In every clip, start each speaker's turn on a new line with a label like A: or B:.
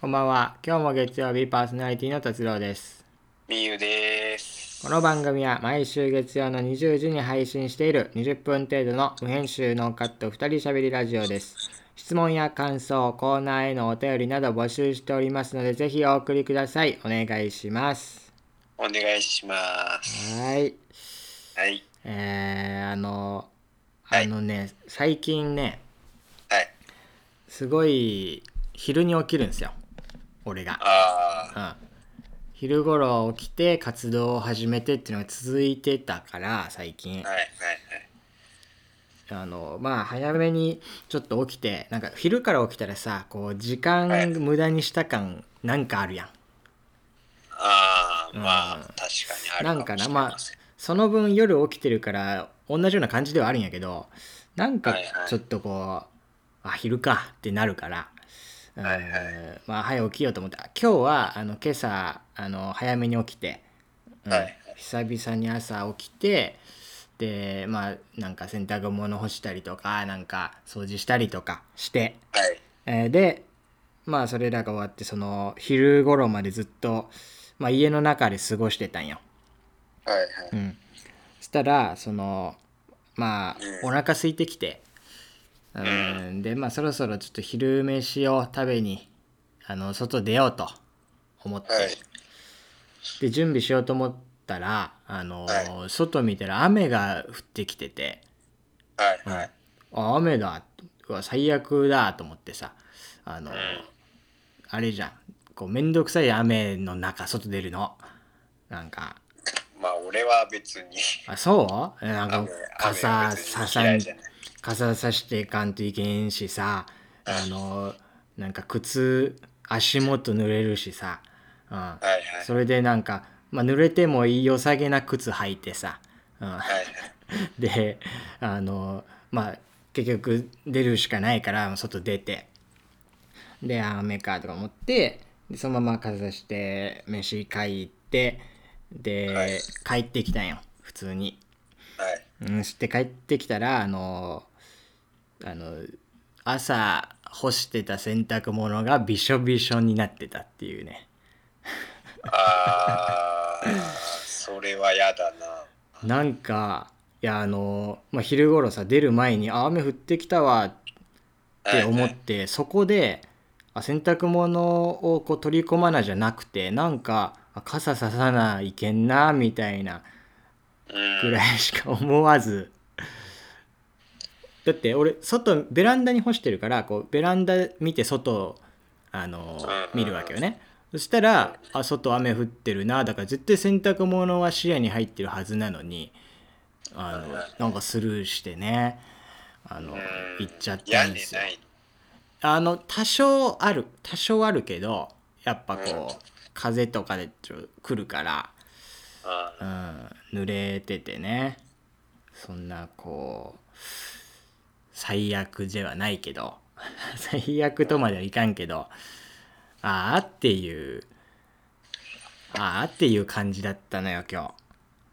A: こんばんは。今日も月曜日パーソナリティの達郎です。
B: みゆです。
A: この番組は毎週月曜の20時に配信している20分程度の無編集ノーカット2人喋りラジオです。質問や感想、コーナーへのお便りなど募集しておりますので、ぜひお送りください。お願いします。
B: お願いします。
A: はい。
B: はい。
A: えー、あの、
B: は
A: あ
B: い
A: のね、最近ね、
B: はい。
A: すごい昼に起きるんですよ。俺が。
B: あ
A: うん、昼頃起きて活動を始めてっていうのが続いてたから最近
B: あ。はいはい
A: あのまあ早めにちょっと起きてなんか昼から起きたらさこう時間
B: はい
A: 無駄にした感なんかあるやん
B: はい。ああ、
A: うん
B: まあ、確かにあ
A: なん
B: る
A: か
B: か
A: な
B: もしれ
A: まあ
B: ません。
A: その分夜起きてるから同じような感じではあるんやけどなんか
B: はいはい
A: ちょっとこう、あ昼かってなるから、うん
B: はいはい
A: まあ早起きようと思って今日はあの今朝あの早めに起きて、うん
B: はいはい
A: 久々に朝起きてでまあなんか洗濯物干したりとかなんか掃除したりとかして、
B: はい。
A: えーでまあそれらが終わってその昼頃までずっと、まあ、家の中で過ごしてたんよ。
B: はいは
A: う
B: い。
A: ん、そしたらそのまあ
B: う
A: お
B: ん
A: 腹空いてきて、うん
B: う
A: でまあそろそろちょっと昼飯を食べにあの外出ようと思って、
B: はい。
A: で準備しようと思ったらあの、
B: は
A: 外見たら雨が降ってきてて、
B: はいはい。
A: あ雨だうわ最悪だと思ってさあの、あれじゃんこうめんどくさい雨の中外出るのなんか
B: まあ、俺は別に。
A: あそうえなんか
B: 雨
A: 傘さ
B: 雨
A: さ
B: は別に嫌
A: ん
B: いじゃない
A: 傘さしていかんといけんしさあのなんか靴足元濡れるしさ、うん
B: はい
A: それでなんか、まあ、濡れてもいい良さげな靴履いてさ、うん
B: はい。はい
A: であのまあ結局出るしかないから外出てであ雨かとか思ってでそのまま傘さして飯買い行ってで、帰ってきたんよ普通に。
B: はい。はい。
A: うん、して帰ってきたらあのあの朝干してた洗濯物がびしょびしょになってたっていうね
B: ああ、それは嫌だな。
A: なんかいやあの、まあ、昼頃さ出る前にあ雨降ってきたわって思
B: は
A: っ
B: い
A: て、そこであ洗濯物をこう取り込まなじゃなくてなんかあ傘ささないけんなみたいな
B: はい
A: ぐ
B: うん。
A: らいしか思わず、だって俺外ベランダに干してるからこうベランダ見て外をあの
B: うん
A: 見るわけよねそしたらあ外雨降ってるなだから絶対洗濯物は視野に入ってるはずなのにあ
B: うん
A: のなんかスルーしてねあの
B: うん
A: 行っちゃったんですよあの多少ある多少あるけどやっぱこう風とかでちょ来るから
B: 屋根ない。
A: うん、濡れててねそんなこう最悪ではないけど 最悪とまではいかんけどああっていうああっていう感じだったのよ今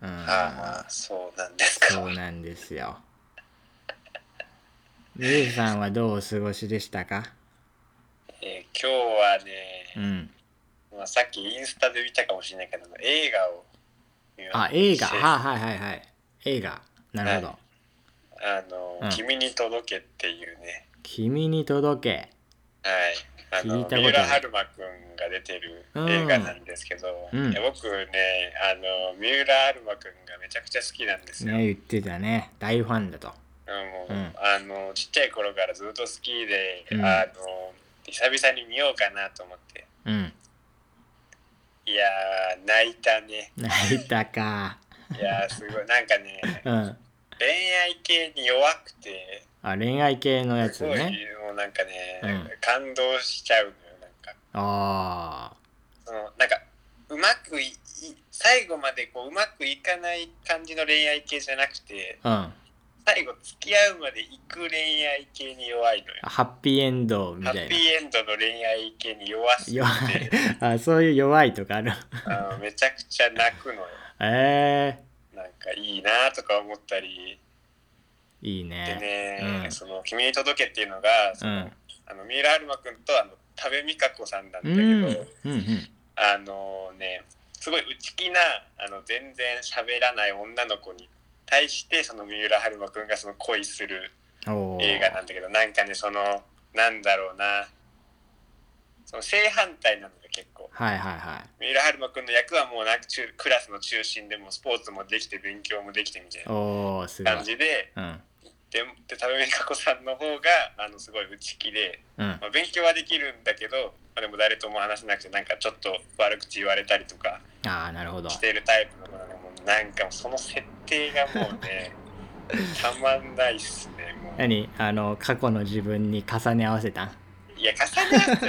A: 日、うん、
B: ああ、そうなんですか。
A: そうなんですよゆうさんはどうお過ごしでしたか
B: えー今日はね、
A: うん
B: まあ、さっきインスタで見たかもしれないけど映画を見ま
A: あ映画はいはいはいはい映画なるほど、
B: はあの、
A: うん
B: 君に届け」っていうね
A: 君に届け
B: はいあ
A: 聞い
B: の
A: たことない
B: 三浦春馬くんが出てる映画なんですけど、
A: うん
B: いや僕ねあの三浦春馬くんがめちゃくちゃ好きなんですよ、
A: ね言ってたね大ファンだと
B: うんもう
A: うん
B: あのちっちゃい頃からずっと好きで、
A: うん
B: あの久々に見ようかなと思って
A: うん
B: いやー泣いたね
A: 泣いたか。
B: いやーすごいなんかね
A: うん。
B: 恋愛系に弱くて
A: あ、恋愛系のやつ
B: すごい
A: ね。
B: もうなんかね、
A: うん
B: 感動しちゃうのよなんか
A: あ
B: そのなんかうまくいい最後までこううまくいかない感じの恋愛系じゃなくて
A: あ。うん。
B: 最後付き合うまで行く恋愛系に弱いのよ
A: ハッピーエンドみ
B: ハ
A: たい
B: ッ
A: な
B: ピー。エンドの恋愛系に弱すぎて
A: 弱い。あ、そういう弱いとかある。
B: あのめちゃくちゃ泣くのよ
A: え
B: なんかいいなとか思ったり
A: えいい
B: で
A: ね。
B: ね、
A: うん
B: その「君に届け」っていうのが
A: うん。
B: あの三浦春馬くんとあの多部未華子さんなんだ
A: う
B: け
A: ん
B: ど、
A: うんうん
B: あのねすごい内気なあの全然喋らない女の子に対してその三浦春馬くんがその恋する
A: おー
B: 映画なんだけどなんかねそのなんだろうなその正反対なんだよ結構
A: はいはいはい
B: 三浦春馬くんの役はもうなんか中クラスの中心でもうスポーツもできて勉強もできてみたいな
A: おおすごい
B: 感じで
A: うん
B: でで田上美香子さんの方があのすごい内気で、
A: うん
B: まあ、勉強はできるんだけど、まあ、でも誰とも話せなくてなんかちょっと悪口言われたりとか
A: ああなるほど
B: してるタイプの子なのでもうなんかもうその設定がもう ねたまんないっすねもう。
A: 何あの過去の自分に重ね合わせたん
B: いや、重ね合わせ、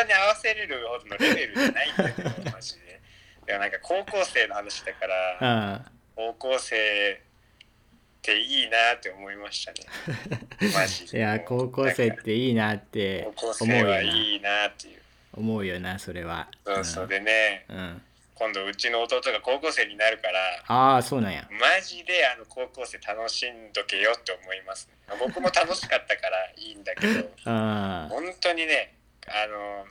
B: 重ね合わせれるほどのレベルじゃないんだけど、マジで。でもなんか高校生の話だか
A: う
B: ら、
A: ん
B: 高校生っていいなって思いましたね。マジ
A: い
B: で。
A: や高校生っていいなって
B: 高校
A: 思う
B: 生
A: よな
B: はいいなっていう。
A: 思うよなそれは
B: そうそうでね、
A: うん、うん、
B: 今度うちの弟が高校生になるから、
A: ああそうなんや
B: マジであの高校生楽しんどけよって思いますね。僕も楽しかったからいいんだ けど。
A: あ
B: 本当にねあの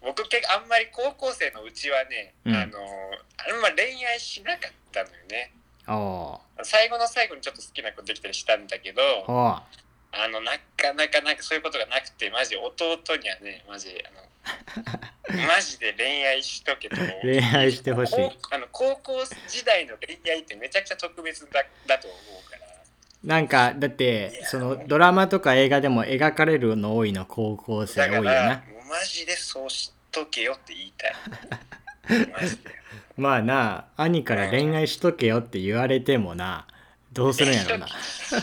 B: 僕結構あんまり高校生のうちはね、
A: うん
B: あのあんま恋愛しなかったのよね
A: あお
B: 最後の最後にちょっと好きな子できたりしたんだけど
A: ーおー
B: あのなかなかなんかそういうことがなくてマジ弟にはねマジあの マジで恋愛しとけと
A: 恋愛してほしい
B: 高あの高校時代の恋愛ってめちゃくちゃ特別だだと思うから
A: なんかだってそのドラマとか映画でも描かれるの多いの高校生
B: だ
A: 多い
B: か
A: よ
B: ら
A: な
B: もうマジでそうしとけよって言い たいマジで。
A: まあな兄から恋愛しとけよって言われてもなどうするんやろうな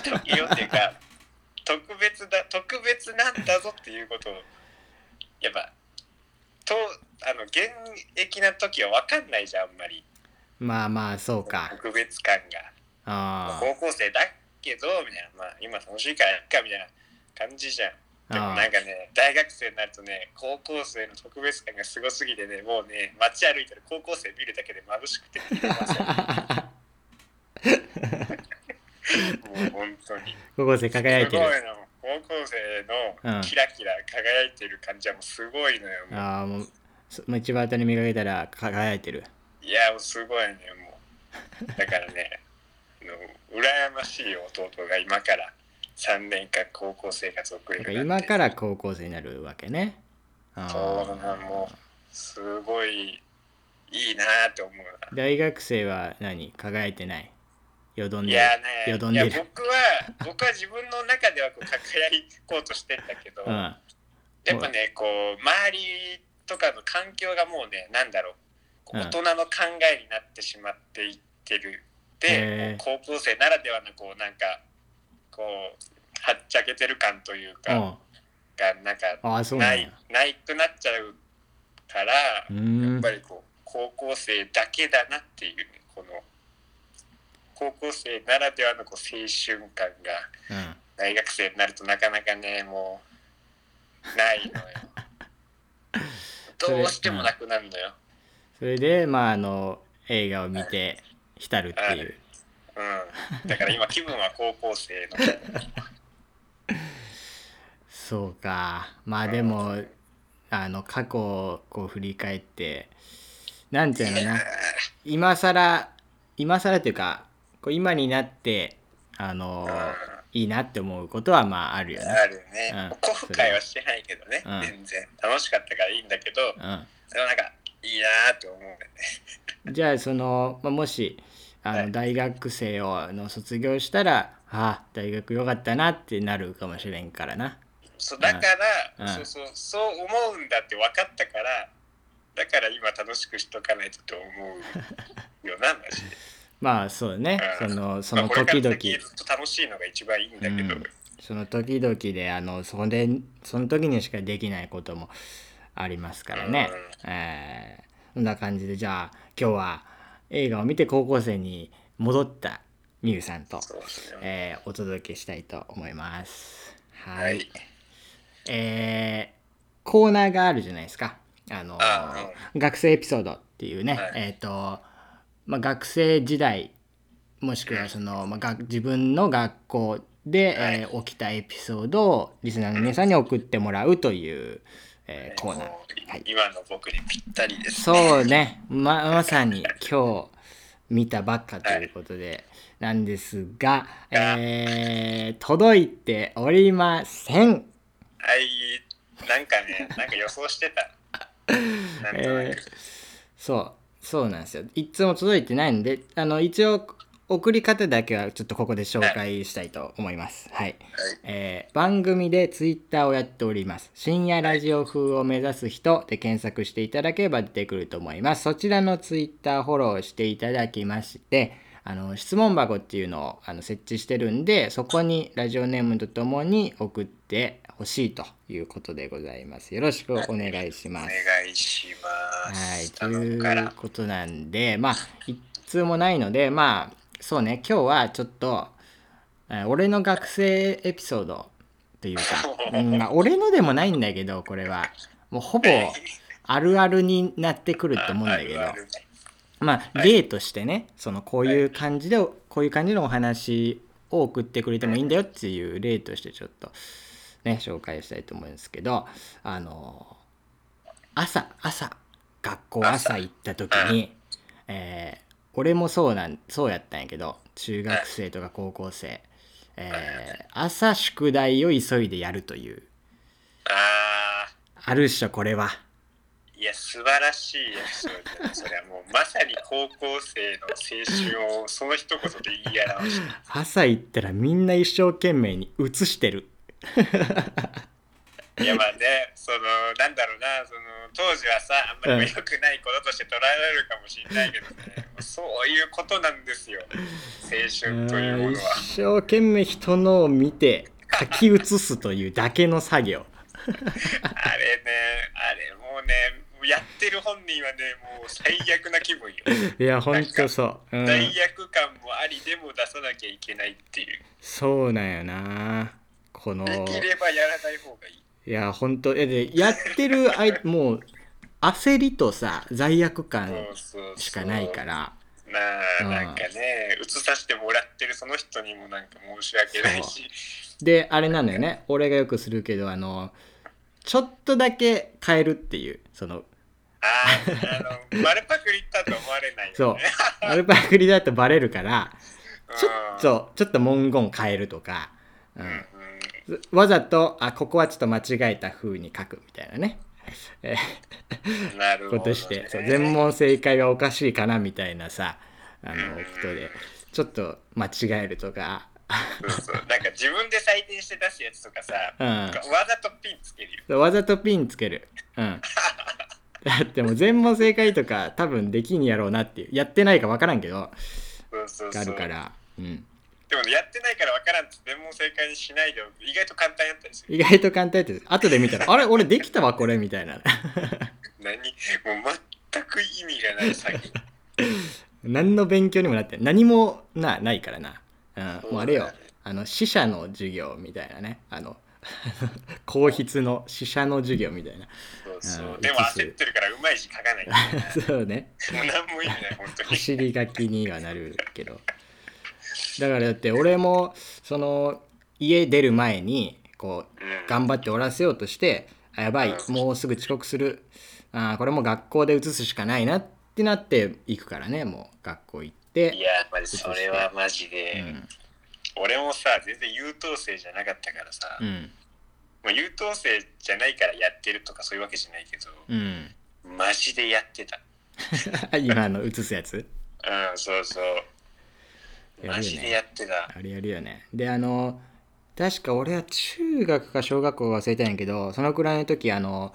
B: 特よっていうか 特別だ特別なんだぞっていうことをやっぱとあの現役な時は分かんないじゃんあんまり
A: まあまあそうか
B: 特別感が
A: あ
B: 高校生だけどみたいな、まあ、今楽しいからやっかみたいな感じじゃんでも
A: あ
B: なんかね大学生になるとね高校生の特別感がすごすぎてねもうね街歩いてる高校生見るだけで眩しくて見れませんも
A: あ
B: う本当に。
A: 高校生輝いて
B: すごい
A: る
B: の高校生のキラキラ輝いてる感じはもうすごいのよ、もう
A: ああもうそ道端に見かけたら輝いてる
B: いやもうすごいねもうだからね あの羨ましい弟が今から3年間高校生活を送れ
A: だ
B: る
A: か
B: な
A: ら
B: んて
A: 今から高校生になるわけねあ
B: そうな
A: あ
B: もうすごいいいなって思うな
A: 大学生は何輝いてないよどん
B: い
A: でる
B: や
A: よ
B: ね
A: どん
B: いや
A: でる
B: 僕は僕は自分の中ではこう輝こうとしてんだけど、
A: うん
B: やっぱねこう周りとかの環境がもうねなんだろうこう
A: うん
B: 大人の考えになってしまっていってるで
A: へー
B: こう高校生ならではのこうなんかこうはっちゃけてる感という
A: う
B: か
A: ん
B: がなんか
A: ああそうな
B: なんい
A: や
B: ないくなっちゃうから
A: う
B: や
A: ー
B: っ
A: ん
B: ぱりこう高校生だけだなっていうこの高校生ならではのこう青春感が
A: うん
B: 大学生になるとなかなかねもうないのよ
A: それ
B: どうしてもなくなるのよ、
A: それでまああの映画を見て浸るっていう
B: うん、だから今気分は高校生 の気分
A: そうかまあでもあの過去をこう振り返ってなんていうのかな今更今更っていうかこう今になってあのいいなって思うことはまああるよね
B: あるね、
A: うん
B: もう後悔はしてないけどね、
A: うん
B: 全然楽しかったからいいんだけど、でもなんかいいなーって思うね
A: うん、じゃあその、まあ、もしあ
B: は
A: の
B: い
A: 大学生をの卒業したら、ああ大学よかったなってなるかもしれんからな
B: そうだか
A: う
B: ら、
A: ん
B: そうそうそう思うんだって分かったからだから今楽しくしとかないとと思うよなマジで
A: まあそうねそ
B: うん
A: の そ
B: ま
A: の
B: あこれか
A: 時
B: ら
A: 々
B: 先ずっと楽しいのが一番いいんだけど、
A: うんその時々であのそれその時にしかできないこともありますからね、えーそんな感じでじゃあ今日は映画を見て高校生に戻ったみゆさんと、
B: そうですね
A: えーお届けしたいと思いますはい、
B: はい。
A: えーコーナーがあるじゃないですかあの
B: あ
A: 学生エピソードっていうね、
B: はい
A: えっ、と、まあ、学生時代もしくはその、まあ、が自分の学校で、えー起きたエピソードをリスナーの皆さんに送ってもらうという、えーコーナー。はい
B: 今の僕にぴったりです、
A: そうねままさに今日見たばっかということでなんですが、えー届いておりません
B: はいなんかね なんか予想してたなんとな
A: え
B: く、
A: ーそうそうなんですよいつも届いてないんであの一応送り方だけはちょっとここで紹介したいと思いますはい、えー番組でツイッターをやっております深夜ラジオ風を目指す人で検索していただければ出てくると思いますそちらのツイッターフォローしていただきましてあの質問箱っていうのをあの設置してるんでそこにラジオネームとともに送ってほしいということでございますよろしくお願いし
B: お
A: ます
B: 願いします、
A: はい、と
B: 頼むか
A: いう
B: ら
A: ことなんで、まあ、一通もないので、まあ、そうね、今日はちょっと、えー俺の学生エピソードと いうか、うんまあ、俺のでもないんだけど、これは。もうほぼあるあるになってくると思うんだけど
B: ああ、るある
A: まあ、例としてね、そのこういう感じで、こういう感じのお話を送ってくれてもいいんだよっていう例としてちょっとね、紹介したいと思うんですけど、あの、朝、朝、学校朝行った時に、えー俺もそうなん、そうやったんやけど、中学生とか高校生、えー朝宿題を急いでやるという、
B: あ
A: あるっしょ、これは。
B: ーいや素晴らしいエピソードだねそれはもうまさに高校生の青春をその一言で言い表した
A: 朝行ったらみんな一生懸命に写してる。
B: いやまあね、そのなんだろうな、その当時はさ、あんまり良くないこととして捉えられるかもしれないけどね、 そういうことなんですよ、青春というものは。
A: 一生懸命人のを見て書き写すというだけの作業
B: あれね、あれもうね、やってる本人はね、もう最悪な気分よ。
A: いやほんとそう、うん、
B: 罪悪感もありでも出さなきゃいけないっていう。
A: そうなんよなこの
B: できればやらない方がいい。
A: いやほんとえでやってるあいもう焦りとさ罪悪感
B: そうそうそう
A: しかないから
B: まあ
A: うん
B: なんかね、映させてもらってるその人にもなんか申し訳ないし。
A: であれなんだよね俺がよくするけどあのちょっとだけ変えるっていうその
B: あーあの丸パクリったと思われないよ、ね、
A: そうアルパクリだとバレるからちょっ
B: うん、
A: とちょっと文言変えるとか、う
B: うんん、
A: わざとあここはちょっと間違えた風に書くみたいなね、え
B: うんな
A: ー
B: る
A: こ
B: ほど、
A: と
B: ね、
A: して、そう全問正解はおかしいかなみたいなさあのことでちょっと間違えるとか、
B: そうそうなんか自分で採点して出すやつとかさ、
A: うん
B: なんかわざとピンつけるよ
A: わざとピンつける、 うん、だってもう全問正解とか多分できんやろうなっていうやってないか分からんけど
B: そうそうそう
A: があるから、うん、
B: でもねやってないからわからんって全問正解にしないでおく意外と簡単やったりする
A: 意外と簡単やって後で見たら「あれ俺できたわこれ」みたいな
B: 何もう全く意味がない 詐欺
A: 何の勉強にもなってない何もなないからな、うん、もうあれ
B: そ
A: よ
B: うだね
A: あの死者の授業みたいなねあの 皇筆の死者の授業みたいな
B: そうそう、
A: うん
B: でも
A: いつ
B: 焦ってるからうまい字書かない
A: そうね
B: もう何も意味ない本当に
A: 走り書きにはなるけどだからだって俺もその家出る前にこう
B: うん
A: 頑張っておらせようとしてあやばいもうすぐ遅刻するあーこれもう学校で移すしかないなってなって行くからねもう学校行って
B: いやマジそれはマジで、俺もさ全然優等生じゃなかったからさ、
A: うんうん
B: まあ、優等生じゃないからやってるとかそういうわけじゃないけど、
A: うん
B: マジでやってた
A: 今の映すやつ
B: うんそうそう
A: やるよね
B: マジでやってた、
A: あれやるよねであの確か俺は中学か小学校か忘れたんやけどそのくらいの時あの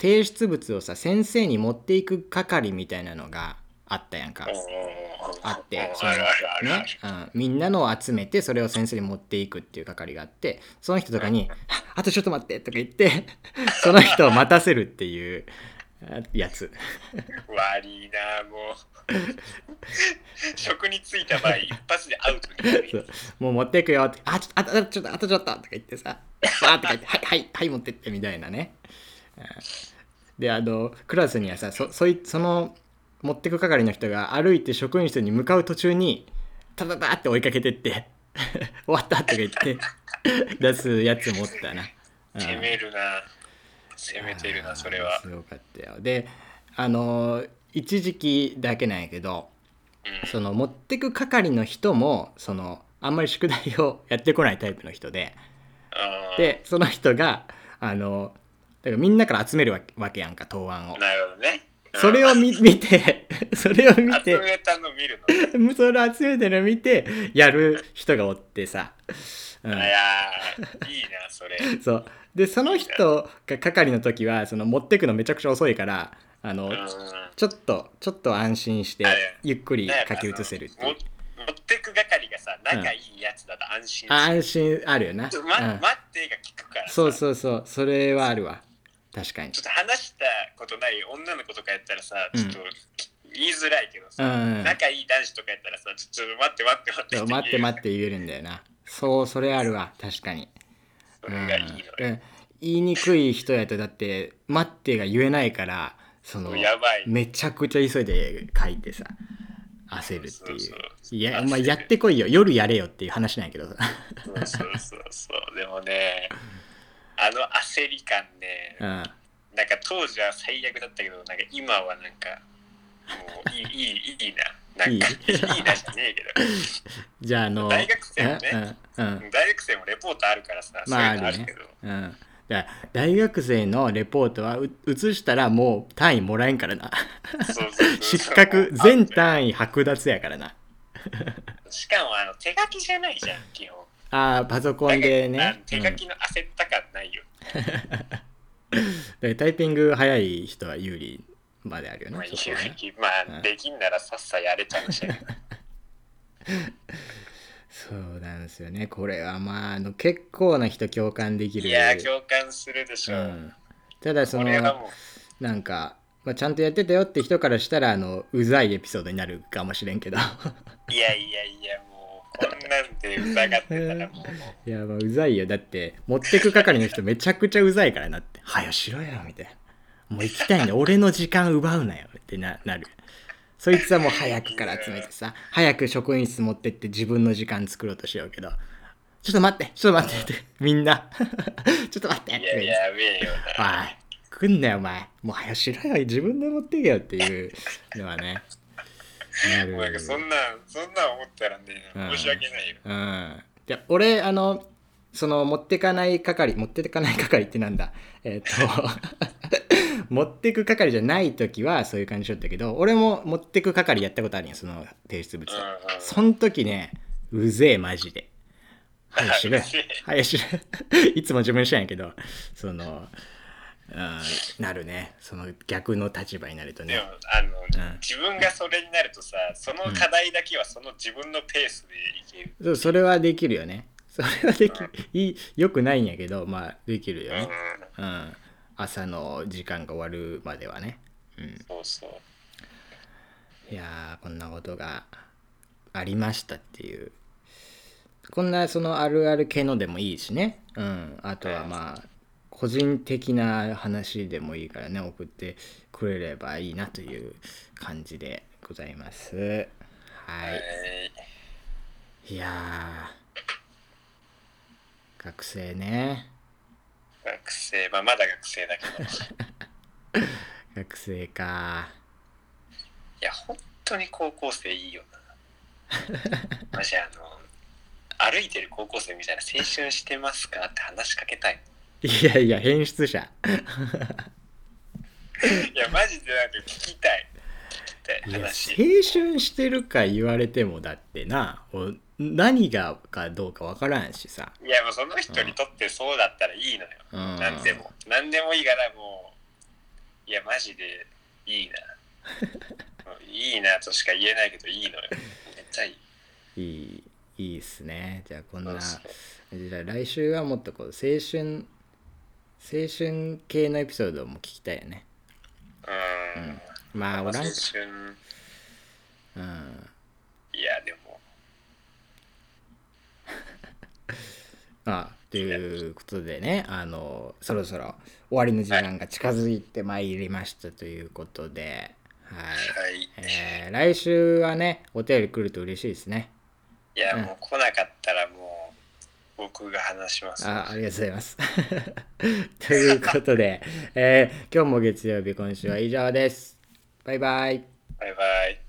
A: 提出物をさ先生に持っていく係みたいなのがあったやんか
B: うんうんうん
A: あっ
B: うん
A: てその
B: あるあるあるある
A: ね、うん、みんなのを集めてそれを先生に持っていくっていう係があってその人とかに「 あとちょっと待って」とか言って その人を待たせるっていうあやつ
B: 悪いなもう 職に就いた場合一発でアウトになる
A: そ
B: よ
A: うもう持っていくよって、あ、ちょっと、あとちょっと、あとちょっと、とか言ってさ、バーって書いて、はい、はい、はい、持ってって、みたいなね。うんで、あの、クラスにはさ、そ、そい、その、持ってく係の人が歩いて職員室に向かう途中に、タタタって追いかけてって、 終わったとか言って出すやつもおったな。うん
B: 攻めるな攻めてる
A: あ
B: な
A: ー
B: それは
A: すごかったよであのー一時期だけなんやけどその持ってく係の人もそのあんまり宿題をやってこないタイプの人で
B: うん
A: でその人があのだからみんなから集めるわけわけやんか答案を
B: うんなるほどねうん
A: それを見 見てそれを見
B: 集
A: て
B: めたの見るのね
A: それ集めてるの見てやる人がおってさ、うん
B: い、やーいいな それ
A: そうでその人が係の時はその持ってくのめちゃくちゃ遅いからあの、
B: う
A: ちょっとちょっと安心して
B: あれ
A: ゆっくり
B: んなんや
A: 書き写せるって
B: あの
A: いう
B: も持ってく係がさ仲いいやつだと安心
A: あ
B: する
A: 安心あるよな、
B: ちょっと
A: う
B: ま
A: ん
B: 待ってが聞くからさ
A: そうそうそうそれはあるわ確かに
B: ちょっと話したことない女の子とかやったらさちょっと
A: う
B: 言いづらいけど
A: う
B: さ
A: ん
B: 仲いい男子とかやったらさちょちょっと待って待って待って
A: そう待って待ってて言えるんだよなそうそれあるわ確かに
B: それがいいのよ
A: うんうん言いにくい人やとだって「待って」が言えないからその
B: やばい
A: めちゃくちゃ急いで書いてさ焦るっていう
B: そうそうそう
A: いや
B: 焦る
A: まあやってこいよ夜やれよっていう話なんやけど
B: そうそうそうそうでもねあの焦り感ね
A: うん
B: なんか当時は最悪だったけどなんか今はなんかもういいいいいいななんか
A: い
B: い
A: い
B: いなじゃねえけど
A: じゃああの
B: 大学生もね
A: うんうんうん
B: 大学生もレポートあるからさ
A: まあ
B: そういうの
A: あ
B: あ
A: るね
B: るけど、
A: うんだから大学生のレポートはう写したらもう単位もらえんからな
B: そうそうそう
A: 失格
B: もう
A: 全単位剥奪やからな
B: しかもあの手書きじゃないじゃん基本
A: ああパソコンで
B: だから
A: ね、う
B: 手
A: ん
B: 書きの焦った感ないよ、
A: でタイピング早い人は有利まであるよ
B: まあ
A: ね。
B: いい
A: そこ
B: よ
A: はね
B: ま
A: う
B: あ
A: ん
B: できんならさっさやれちゃ うし
A: そうなんですよね。これはまああの結構な人共感できる。
B: いやー共感するでしょ、
A: う、
B: うん
A: ただそ
B: これ
A: の
B: はもう
A: なんか、まあ、ちゃんとやってたよって人からしたらあのうざいエピソードになるかもしれんけど
B: いやいやいやもうこんなんで疑ってたらも
A: い
B: う
A: やまあうざいよだって持ってく係の人めちゃくちゃうざいからなって「はよしろよ」みたいな「もう行きたいんだ俺の時間奪うなよ」ってななるそいつはもう早くから集めてさ早く職員室持ってって自分の時間作ろうとしようけど「ちょっと待ってちょっと待って」ってみんな 「ちょっと待って」っ
B: いや
A: て
B: やべえ よ
A: おい来んなよお前もう早しろよ自分で持ってけよっていうのはねな
B: ななんか
A: る
B: そんなんそんなん思ったらね
A: うん
B: 申し訳ないよ、
A: うんで俺あのその持ってかない係持ってかない係ってなんだ えっ、と 持ってく係じゃない時はそういう感じだったけど俺も持ってく係やったことあるよその提出物
B: うんうん
A: をそん時ねうぜえマジで早しろよ
B: うぜえ
A: 早しろよ いつも自分しなんやけどそのうんなるねその逆の立場になると
B: で
A: ね
B: もあの、
A: ん
B: 自分がそれになるとさその課題だけはその自分のペースでいける、
A: そうそれはできるよねそれはできいいよくないんやけどまあできるよ
B: うん
A: ね、うん、朝の時間が終わるまではね、うん、
B: そうそ
A: い
B: う
A: やーこんなことがありましたっていうこんなそのあるある系のでもいいしね、うん、あとはまあ個人的な話でもいいからね送ってくれればいいなという感じでございますはい、
B: はい
A: いやー学生ね
B: 学生、まあ、まだ学生だけ ど、い
A: 学生か
B: や、本当に高校生いいよな。マジあの、歩いてる高校生みたいな青春してますかって話しかけたい。
A: いやいや変質者
B: いや、マジでなんか聞きたい。聞き
A: い
B: たい
A: や青
B: 話。
A: 春してるか言われてもだってなお何がかどうかわからんしさ
B: いや、もうその人にとってそうだったらいいのよ。
A: うん
B: なんでも。なんでもいいから、もう、いや、マジでいい な。もういいなとしか言えないけど、いいのよ。めっちゃいい。
A: いいいいっすねじゃあこんな
B: そう
A: じゃあ来週はもっとこう青春青春系のエピソードも聞きたいよね
B: うん。
A: まあお
B: 青
A: らんか
B: 春。
A: うん
B: いや、でも。
A: あということでねあのそろそろ終わりの時間が近づいてまいりましたということではい、
B: はい。
A: えー来週はねお便り来ると嬉しいですね
B: いや、
A: うん
B: もう来なかったらもう僕が話します。
A: あありがとうございます。 ということで、えー今日も月曜日、今週は以上です。バイバイ。
B: バイバイ。